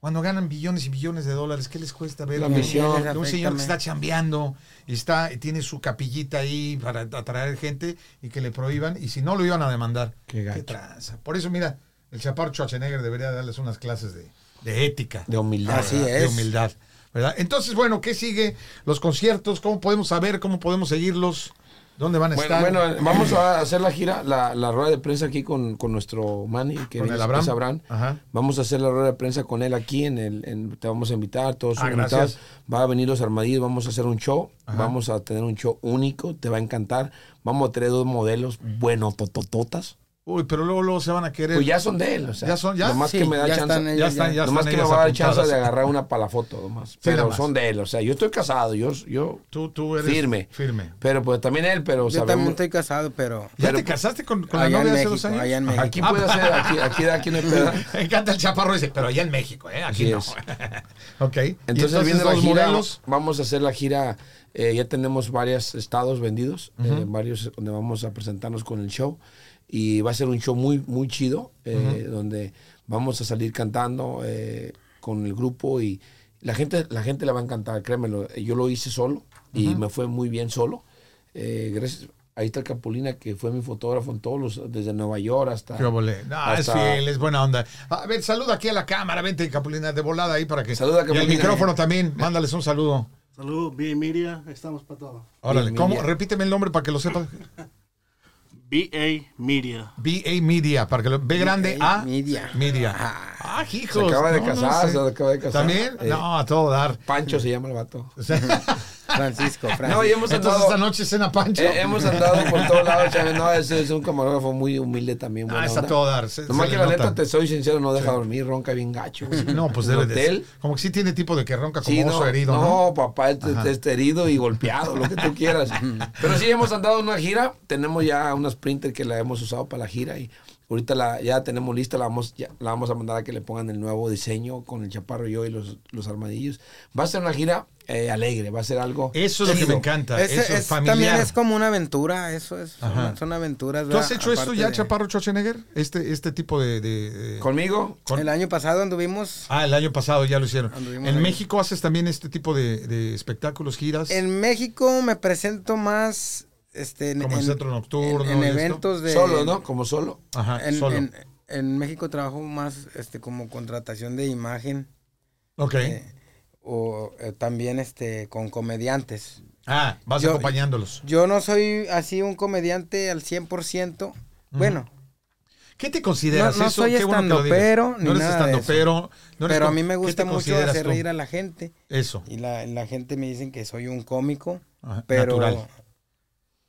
Cuando ganan billones y billones de dólares, ¿qué les cuesta ver
La
a un-
misión.
de un señor que
Aféctame.
está chambeando y está, y tiene su capillita ahí para atraer gente y que le prohíban? Y si no, lo iban a demandar.
Qué gacho.
tranza. Por eso, mira, el chaparro Schwarzenegger debería darles unas clases de, de ética.
De humildad.
Así
¿verdad?
es.
De humildad. ¿verdad? Entonces, bueno, ¿qué sigue? Los conciertos, ¿cómo podemos saber? ¿Cómo podemos seguirlos? ¿Dónde van a
Bueno,
estar?
bueno, vamos a hacer la gira, la, la rueda de prensa aquí con, con nuestro Manny, que
Con
viene
el Abraham.
después, Abraham.
Ajá.
Vamos a hacer la rueda de prensa con él aquí, en el, en- te vamos a invitar, todos
Ah,
son
gracias.
invitados. Va a venir los armadillos, vamos a hacer un show, vamos a tener un show único, te va a encantar. Vamos a tener dos modelos bueno, totototas.
Uy, pero luego, luego se van a querer.
Pues ya son de él, o sea.
Ya son, ya.
Nomás
Sí,
que me da
ya
chance.
están ellos,
ya están, ya
nomás
están
que me
ellas
va a dar chance
apuntadas.
de agarrar una para la foto, nomás.
nada
Pero
más.
son de él, o sea, yo estoy casado, yo, yo
Tú, tú eres
firme.
firme.
Pero pues también él, pero
Yo
sabemos-
también estoy casado, pero.
¿Ya
Pero- pues,
te casaste con, con la
Allá en
novia hace dos
México,
años?
allá en México.
Aquí
Ah, pues.
puede ser, aquí, aquí de aquí no hay pedo.
Me encanta el chaparro ese, pero allá en México, ¿eh? Aquí
Así
no.
es.
ok. Y
Entonces, viene la
los
gira,
modelos.
vamos a hacer la gira, eh, ya tenemos varios estados vendidos, eh, varios donde vamos a presentarnos con el show y va a ser un show muy, muy chido, eh, donde vamos a salir cantando eh, con el grupo y la gente, la gente la va a encantar, créemelo, yo lo hice solo y me fue muy bien solo. Eh, gracias. Ahí está el Capulina, que fue mi fotógrafo en todos los, desde Nueva York hasta...
Qué obole. No, es
hasta-
fiel, es buena onda. A ver, saluda aquí a la cámara, vente, Capulina, de volada ahí para que.
Saluda,
Y el
Capulina.
micrófono también, mándales un saludo.
Saludos, bien Miria, estamos para todo.
Órale,
Bien,
¿cómo?
Miriam.
Repíteme el nombre para que lo sepa.
BA Media.
BA Media, para que lo. B grande
BA
A.
Media.
Media. Ah,
Se
hijos.
acaba de
no, no
casar,
sé.
se acaba de casar.
¿También?
Eh,
No, a todo dar.
Pancho se llama el vato.
O sea,
Francisco, Francisco.
No, y hemos
Entonces
andado,
esta noche cena pancho.
eh, hemos andado por todos lados, Chávez. No, es, es un camarógrafo muy humilde también. buena
Ah, está
onda.
todo dar. se-
Nomás
se
que
le
la
nota.
neta, te soy sincero, no deja dormir, ronca bien gacho. güey.
No, pues
En
debe de
hotel,
ser. Como que sí tiene tipo de que ronca como
Sí,
oso
no,
herido, ¿no?
no, papá, este, este está herido y golpeado, lo que tú quieras. Pero sí, hemos andado en una gira, tenemos ya una sprinter que la hemos usado para la gira y ahorita la, ya tenemos lista, la vamos, ya- la vamos a mandar a que le pongan el nuevo diseño con el chaparro y yo y los, los armadillos. Va a ser una gira eh, alegre, va a ser algo...
Eso es lo que
chido.
me encanta.
Ese
eso es
es- también
familiar.
es como una aventura, eso es. son-
Ajá.
Son aventuras.
¿Tú has
¿verdad?
hecho esto
Aparte
ya,
de-
Chaparro Schwarzenegger? Este, este tipo de. de- de-
¿Conmigo?
con-
El año pasado anduvimos
Ah, el año pasado ya lo hicieron.
Anduvimos
¿En
ahí.
México haces también este tipo de, de espectáculos, giras?
En México me presento más este, en,
Como en centro nocturno
en, en
y esto.
eventos de
Solo, ¿no? Como solo.
Ajá,
en,
solo.
en- en México trabajo más este como contratación de imagen
ok.
eh, o eh, también este con comediantes.
ah, vas
yo-
acompañándolos.
Yo no soy así un comediante al 100%. Bueno,
¿Qué te consideras
No, no
eso?
soy
Qué bueno que lo digas.
estandopero ni
No eres
nada de eso.
estandopero. no eres
pero a
co-
mí me
¿qué
gusta
te
mucho
consideras
hacer
tú?
reír a la gente
Eso.
y la, la gente me dicen que soy un cómico,
Ajá,
pero
natural.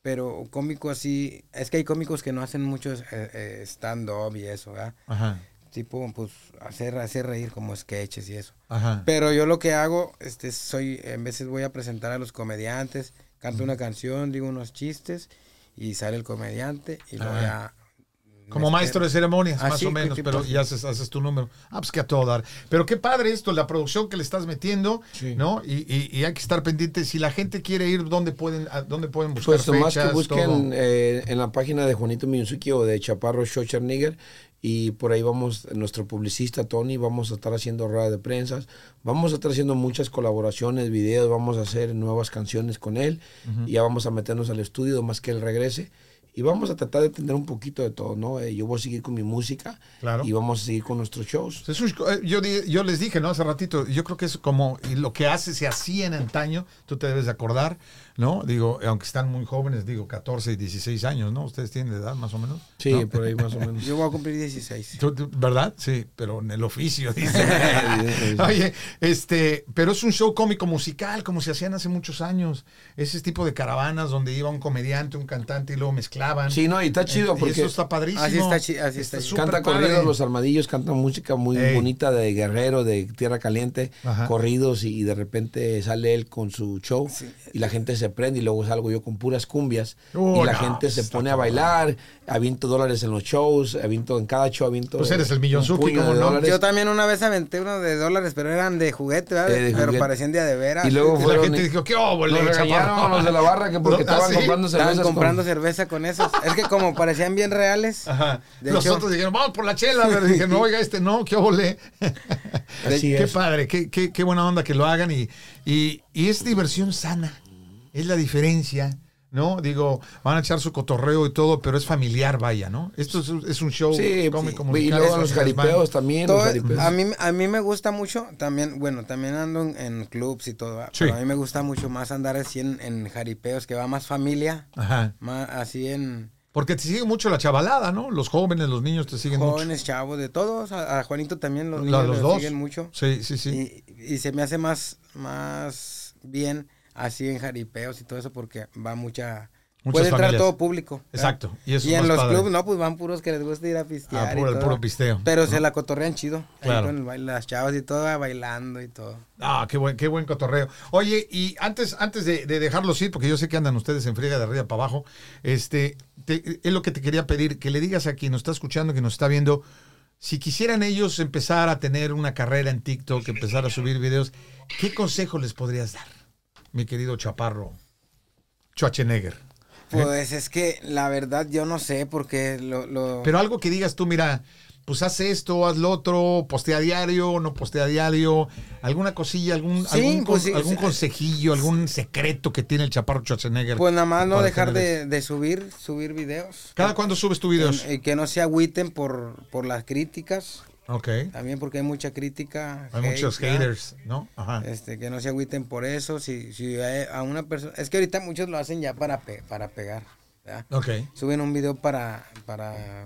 pero cómico así, es que hay cómicos que no hacen mucho eh, eh, stand up y eso, ¿verdad?
Ajá,
tipo pues hacer hacer reír como sketches y eso.
ajá.
Pero yo lo que hago este soy en veces voy a presentar a los comediantes, canto una canción, digo unos chistes y sale el comediante y luego
Ah.
ya
este
Como maestro de ceremonias,
Ah,
más
Así,
o menos,
tipo
pero
así.
y haces, haces tu número. Ah, pues que a todo dar. Pero qué padre esto, la producción que le estás metiendo, ¿no? Y, y- y hay que estar pendiente. Si la gente quiere ir, ¿dónde pueden, a dónde pueden buscar
Pues nomás que
fechas,
busquen
todo?
eh, en la página de Juanito Miyuzuki o de Chaparro Schwarzenegger y por ahí vamos, nuestro publicista Tony, vamos a estar haciendo ruedas de prensas, vamos a estar haciendo muchas colaboraciones, videos, vamos a hacer nuevas canciones con él y ya vamos a meternos al estudio más que él regrese y vamos a tratar de tener un poquito de todo, ¿no? Eh, yo voy a seguir con mi música
Claro.
y vamos a seguir con nuestros shows.
Es un- eh, yo, di- yo les dije, ¿no? Hace ratito, yo creo que es como y lo que hace, se hacía en antaño, tú te debes de acordar, ¿no? Digo, aunque están muy jóvenes, digo, 14 y 16 años, ¿no? Ustedes tienen edad más o menos.
Sí, por ahí más o menos.
yo voy a cumplir 16.
Tú- tú- ¿Verdad? Sí, pero en el oficio, dice. Oye, este, pero es un show cómico musical, como se hacían hace muchos años. Ese tipo de caravanas donde iba un comediante, un cantante y luego mezclaban.
Sí, no, y está
Eh,
chido
y
porque...
eso está padrísimo.
Así está chi- así está chido.
súper
Canta
padre.
corridos los armadillos, canta música muy
Ey.
bonita de guerrero, de tierra caliente,
Ajá.
corridos y, y de repente sale él con su show y la gente se prende y luego salgo yo con puras cumbias
Oh,
y la
no,
gente se
está
pone a bailar, aviento dólares en los shows, aviento en cada show, aviento
Pues eres el
un
Miyonzuki,
puño
¿cómo
de
no?
dólares.
Yo también una vez aventé unos de dólares, pero eran de juguete, ¿verdad?
Eh, de
pero
juguete.
parecían de a de veras.
Y luego
Y la
fueron
gente
y-
dijo, ¿qué óvole,
Nos regañaron
chaparro?"
los de la barra que
¿Ah,
porque estaban
sí?
comprando cervezas
Estaban
con-
comprando cerveza con esos. Es que como parecían bien reales.
Ajá.
De
los
hecho-
otros dijeron, vamos por la chela. Pero dije, no, oiga, este no, qué óvole.
Así
qué
es.
padre, qué, qué, qué buena onda que lo hagan. Y, y, y es diversión sana, es la diferencia. ¿No? Digo, van a echar su cotorreo y todo, pero es familiar, vaya, ¿no? Esto es, un- es un show
Sí,
cómico
sí. y
musical,
luego
es-
los
es-
jaripeos también, los
Todo-
jaripeos.
a, mí, a mí me gusta mucho también, bueno, también ando en, en clubs y todo, ¿va?
Sí.
pero a mí me gusta mucho más andar así en, en jaripeos, que va más familia,
Ajá.
más así en
Porque te sigue mucho la chavalada, ¿no? Los jóvenes, los niños te siguen
jóvenes, chavos, de todos, a, a Juanito también los,
mucho.
niños
La- los
lo
dos.
siguen mucho.
Sí, sí, sí.
Y, y se me hace más, más bien así en jaripeos y todo eso porque va mucha
Muchas
puede entrar
familias.
todo público. ¿verdad?
Exacto, y eso es más
en los
padre.
clubes, no, pues van puros que les gusta ir a pistear.
Ah,
y
puro- el
todo.
puro pisteo,
Pero se la cotorrean chido. ahí
Claro.
con el baile, las chavas y todo, ah, bailando y todo.
Ah, qué buen, qué buen cotorreo. Oye, y antes, antes de, de dejarlos ir, porque yo sé que andan ustedes en friega de arriba para abajo, este, te- es lo que te quería pedir, que le digas a quien nos está escuchando, que nos está viendo, si quisieran ellos empezar a tener una carrera en TikTok, empezar a subir videos, ¿qué consejo les podrías dar, mi querido Chaparro? Schwarzenegger.
Pues es que la verdad yo no sé porque lo... lo-
Pero algo que digas tú, mira, pues haz esto, haz lo otro, postea diario, no postea diario, alguna cosilla, algún,
Sí,
algún,
pues
con-
sí,
algún
sí.
consejillo, algún secreto que tiene el chaparro Schwarzenegger.
pues nada más no
para
dejar de,
tener
de subir, subir videos.
eso. ¿Cada cuándo subes tu videos?
Y que no se agüiten por, por las críticas.
ok.
También porque hay mucha crítica.
Hay
hate,
muchos
¿verdad?
haters, ¿no? Ajá.
Este, que no se agüiten por eso. Si, si hay a una persona... Es que ahorita muchos lo hacen ya para, pe- para pegar. ¿verdad?
Ok.
Suben un video para... para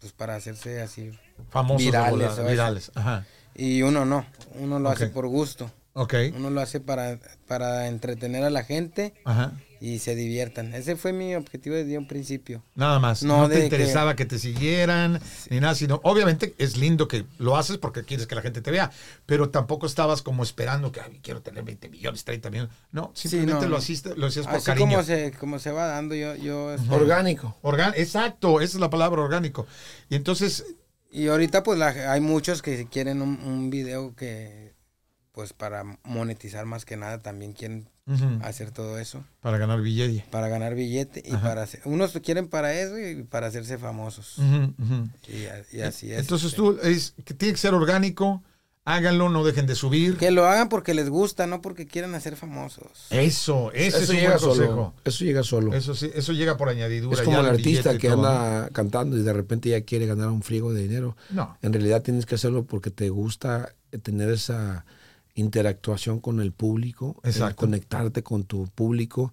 pues para hacerse así.
Famosos de
Virales,
volada,
o eso.
virales. Ajá.
Y uno no. Uno lo hace
Ok.
por gusto.
Ok.
Uno lo hace para, para entretener a la gente.
Ajá.
y se diviertan. Ese fue mi objetivo desde un principio.
Nada más. No,
No, de
te
que-
interesaba que... te siguieran, ni nada, sino. Obviamente es lindo que lo haces porque quieres que la gente te vea, pero tampoco estabas como esperando que "Ay, quiero tener 20 millones, 30 millones. No, simplemente
no,
lo,
no.
haciste, lo hacías por
Así
cariño.
como se, como se va dando, yo, yo
Orgánico.
Organ- Exacto, esa es la palabra orgánico. Y entonces,
y ahorita pues la- hay muchos que quieren un, un video que pues para monetizar más que nada también quieren
ujú,
hacer todo eso
para ganar billete.
para ganar billete y para hacer, unos quieren para eso y para hacerse famosos
Ujú, ujú.
y, a- y así es.
Entonces
este.
tú, es, que tiene que ser orgánico, háganlo, no dejen de subir.
que lo hagan porque les gusta, no porque quieran hacer famosos.
Eso, ese es
eso
un
llega
buen
solo.
consejo.
Eso llega solo.
Eso sí, eso llega por añadidura. ya
es como el
billete
artista
y
que
todo,
anda cantando y de repente ya quiere ganar un friego de dinero.
No.
En realidad tienes que hacerlo porque te gusta tener esa interactuación con el público, el
Exacto.
conectarte con tu público.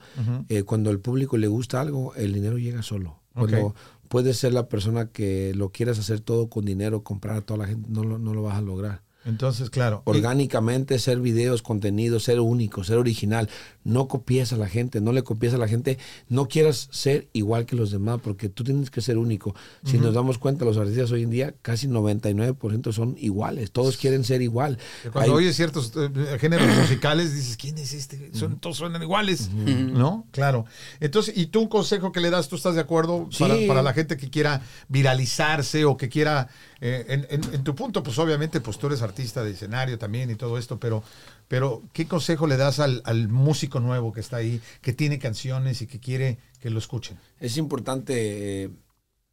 Eh, cuando al público le gusta algo, el dinero llega solo. Cuando
Ok.
puedes ser la persona que lo quieras hacer todo con dinero, comprar a toda la gente, no lo, no lo vas a lograr.
Entonces, claro. y-
Orgánicamente, ser videos, contenido, ser único, ser original. No copies a la gente, no le copies a la gente. No quieras ser igual que los demás, porque tú tienes que ser único. Si nos damos cuenta, los artistas hoy en día, casi 99% son iguales. Todos quieren ser igual.
Que Cuando
Hay-
oyes ciertos eh, géneros musicales, dices, ¿quién es este? Son, todos suenan iguales, ¿no? Claro. Entonces, ¿y tú un consejo que le das? ¿Tú estás de acuerdo?
Sí.
Para, para la gente que quiera viralizarse o que quiera, eh, en, en- en tu punto, pues obviamente, pues tú eres artista de escenario también y todo esto, pero, pero ¿qué consejo le das al, al músico nuevo que está ahí, que tiene canciones y que quiere que lo escuchen?
Es importante eh,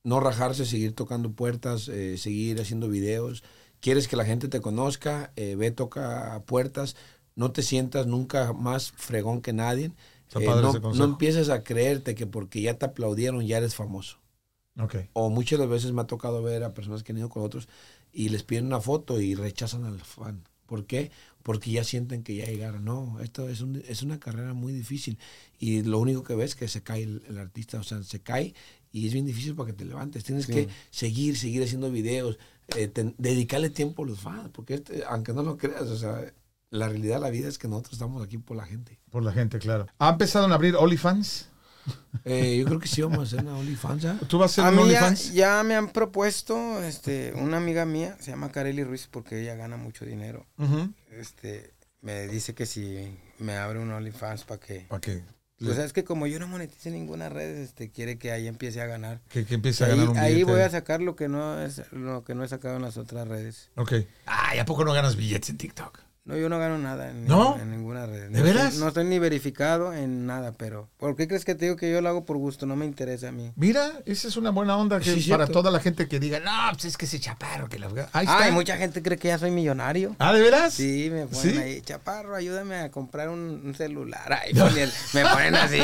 no rajarse, seguir tocando puertas, eh, seguir haciendo videos. Quieres que la gente te conozca, eh, ve, toca puertas. No te sientas nunca más fregón que nadie.
Está
Eh,
padre
no,
ese consejo.
no empieces a creerte que porque ya te aplaudieron ya eres famoso.
Ok.
O muchas de las veces me ha tocado ver a personas que han ido con otros y les piden una foto y rechazan al fan. ¿Por qué? Porque ya sienten que ya llegaron. No, esto es, un- es una carrera muy difícil. Y lo único que ves es que se cae el, el artista, o sea, se cae y es bien difícil para que te levantes. Tienes que seguir, seguir haciendo videos, eh, ten- dedicarle tiempo a los fans, porque este- aunque no lo creas, o sea, la realidad de la vida es que nosotros estamos aquí por la gente.
Por la gente, claro. ¿Ha empezado a abrir OnlyFans?
Eh, yo creo que sí vamos a hacer una OnlyFans. ¿ah?
¿Tú vas a
A
hacer un
mí ya,
OnlyFans?
ya me han propuesto este, una amiga mía, se llama Kareli Ruiz porque ella gana mucho dinero.
Ujú.
este, me dice que si me abre un OnlyFans para que...
Para que,
Pues sabes que como yo no monetice ninguna red, este, quiere que ahí empiece a ganar.
que, que empiece a
Ahí,
ganar un
ahí
billete
voy a sacar lo que no es lo que no he sacado en las otras redes.
Ok. Ay, ¿a poco no ganas billetes en TikTok?
No, yo no gano nada en,
¿No?
en ninguna red.
¿De
No
veras?
estoy- no estoy ni verificado en nada, pero ¿por qué crees que te digo que yo lo hago por gusto? No me interesa a mí.
Mira, esa es una buena onda que
Sí, es
para
cierto.
toda la gente que diga, no, pues es que ese chaparro que la... Ahí está.
Ay, mucha gente cree que ya soy millonario.
¿Ah, de veras?
Sí, me ponen
¿Sí?
ahí, chaparro, ayúdame a comprar un, un celular. Ay, ponen- me ponen así.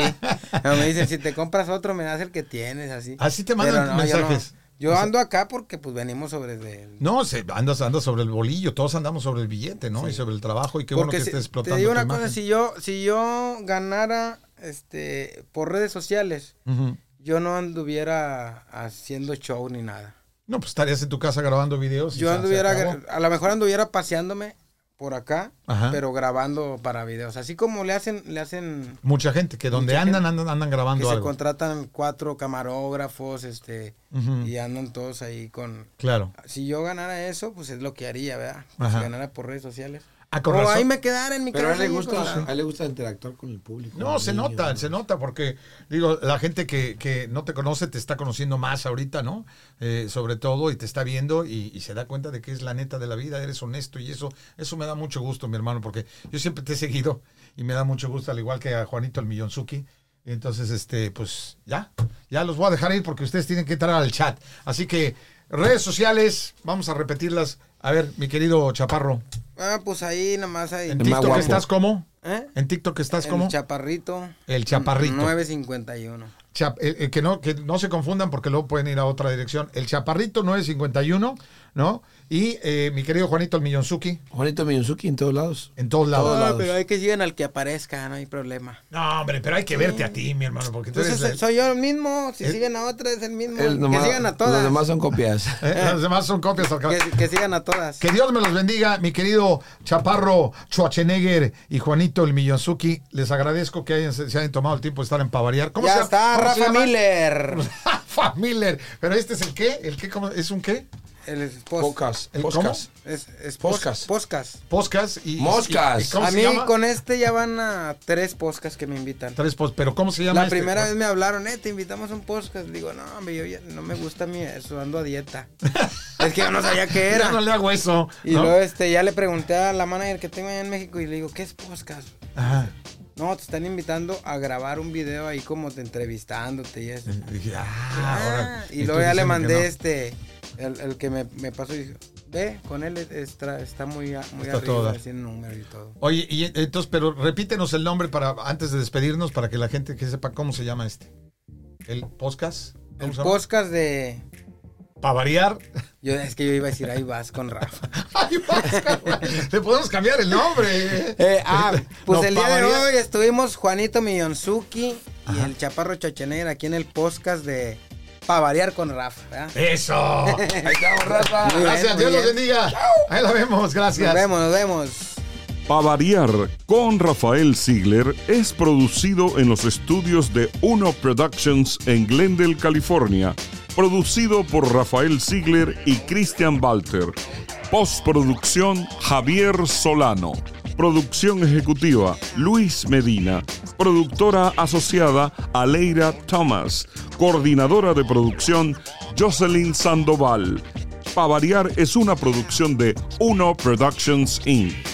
No, me dicen, si te compras otro, me das el que tienes, así.
Así te mandan
Pero no, yo no.
mensajes.
Yo, ando acá porque pues venimos sobre de...
No, se, andas, andas sobre el bolillo, todos andamos sobre el billete, ¿no? Y sobre el trabajo, y qué bueno
porque
que
si-
estés explotando.
Te digo
tu
una
imagen.
cosa, si yo, si yo ganara este por redes sociales,
Ujú.
yo no anduviera haciendo show ni nada.
No, pues estarías en tu casa grabando videos. y
Yo
se- se
anduviera,
acabó.
a lo mejor anduviera paseándome por acá,
Ajá.
pero grabando para videos. Así como le hacen, le hacen
Mucha gente que donde
Mucha gente
andan, andan, andan
que
grabando
se
algo.
contratan cuatro camarógrafos, este,
Ujú.
y andan todos ahí con.
Claro.
Si yo ganara eso, pues es lo que haría, ¿verdad? Pues,
Ajá.
si ganara por redes sociales.
Ah, con
o
razón.
ahí me quedara en mi
Pero a
casa.
él, le
ahí
gusta,
con-
a él le gusta interactuar con el público.
No,
con
se
el niño,
nota,
¿no?
se nota, porque digo, la gente que, que no te conoce te está conociendo más ahorita, ¿no? Eh, sobre todo, y te está viendo y, y se da cuenta de que es la neta de la vida, eres honesto y eso, eso me da mucho gusto, mi hermano, porque yo siempre te he seguido y me da mucho gusto, al igual que a Juanito el Millonzuki. Entonces, este, pues ya, ya los voy a dejar ir porque ustedes tienen que entrar al chat. Así que, redes sociales, vamos a repetirlas. A ver, mi querido Chaparro,
Ah, pues ahí nomás ahí.
en
El más
TikTok
guapo.
estás como,
¿Eh?
en TikTok estás como.
El chaparrito.
El Chaparrito.
951.
Chap- eh, eh, que, no, que no se confundan porque luego pueden ir a otra dirección. El Chaparrito 951, ¿no? Y eh, mi querido Juanito el Millonzuki,
Juanito Miyuzuki en todos lados.
en todos lados.
Ah, pero hay que llegar al que aparezca, no hay problema.
No, hombre, pero hay que verte a ti, mi hermano, porque tú
Entonces
eres el-
soy yo el mismo, si
el-
siguen a otra es el mismo.
Él nomás-
que sigan a
Los
todas.
demás son copias.
eh, los demás son copias al cabo.
Que, que sigan a todas.
Que Dios me los bendiga, mi querido Chaparro Schwarzenegger y Juanito el Millonzuki. Les agradezco que hayan, se hayan tomado el tiempo de estar en Pavariar. ¿Cómo
ya
se-
está,
cómo se
Rafa
llama?
Miller.
Rafa Miller. Pero este es el qué? ¿El qué? ¿Cómo? ¿Es un qué?
El es pos-
Pocas.
¿El
Pocas.
Es, es
Poscas.
pos- poscas.
Podcast y. y-
Moscas.
y- y ¿Cómo
A
se
mí
llama?
con este ya van a tres poscas que me invitan.
Tres post, pero ¿cómo se llama?
La
este?
primera vez me hablaron, eh, te invitamos a un podcast. Digo, no, hombre, yo ya- no me gusta mi eso, ando a dieta. es que yo no sabía qué
Ya
era.
no le hago eso.
Y
¿no?
luego este, ya le pregunté a la manager que tengo allá en México y le digo, ¿qué es podcast?
Ajá.
No, te están invitando a grabar un video ahí como te entrevistándote y eso.
Y dije, ah,
Ah,
ahora-
y
tú
luego ya le
diciendo que
mandé
no.
este, el, el que me, me pasó y dijo, ve, con él es- está, está muy, a- muy
Está
arriba,
todo.
haciendo número y todo.
Oye, y entonces, pero repítenos el nombre para antes de despedirnos para que la gente que sepa cómo se llama este. El podcast.
El podcast de...
Para variar.
Yo, es que yo iba a decir, ahí vas con Rafa.
Ay, vasca, güey. Le podemos cambiar el nombre.
Eh, ah, pues
No,
el día
pa'
de
variar.
hoy estuvimos Juanito Millonzuki y el Chaparro Chochener aquí en el podcast de Pa' variar con Rafa. ¿verdad?
Eso.
Ahí estamos, raza.
Muy bien,
Gracias,
muy
Dios los
bien.
bendiga. Ahí la vemos,
Nos
gracias.
vemos, nos vemos.
Pa' variar con Rafael Ziegler es producido en los estudios de Uno Productions en Glendale, California. Producido por Rafael Ziegler y Christian Walter. Postproducción Javier Solano. Producción ejecutiva Luis Medina. Productora asociada Aleira Thomas. Coordinadora de producción Jocelyn Sandoval. Pa' variar es una producción de Uno Productions Inc.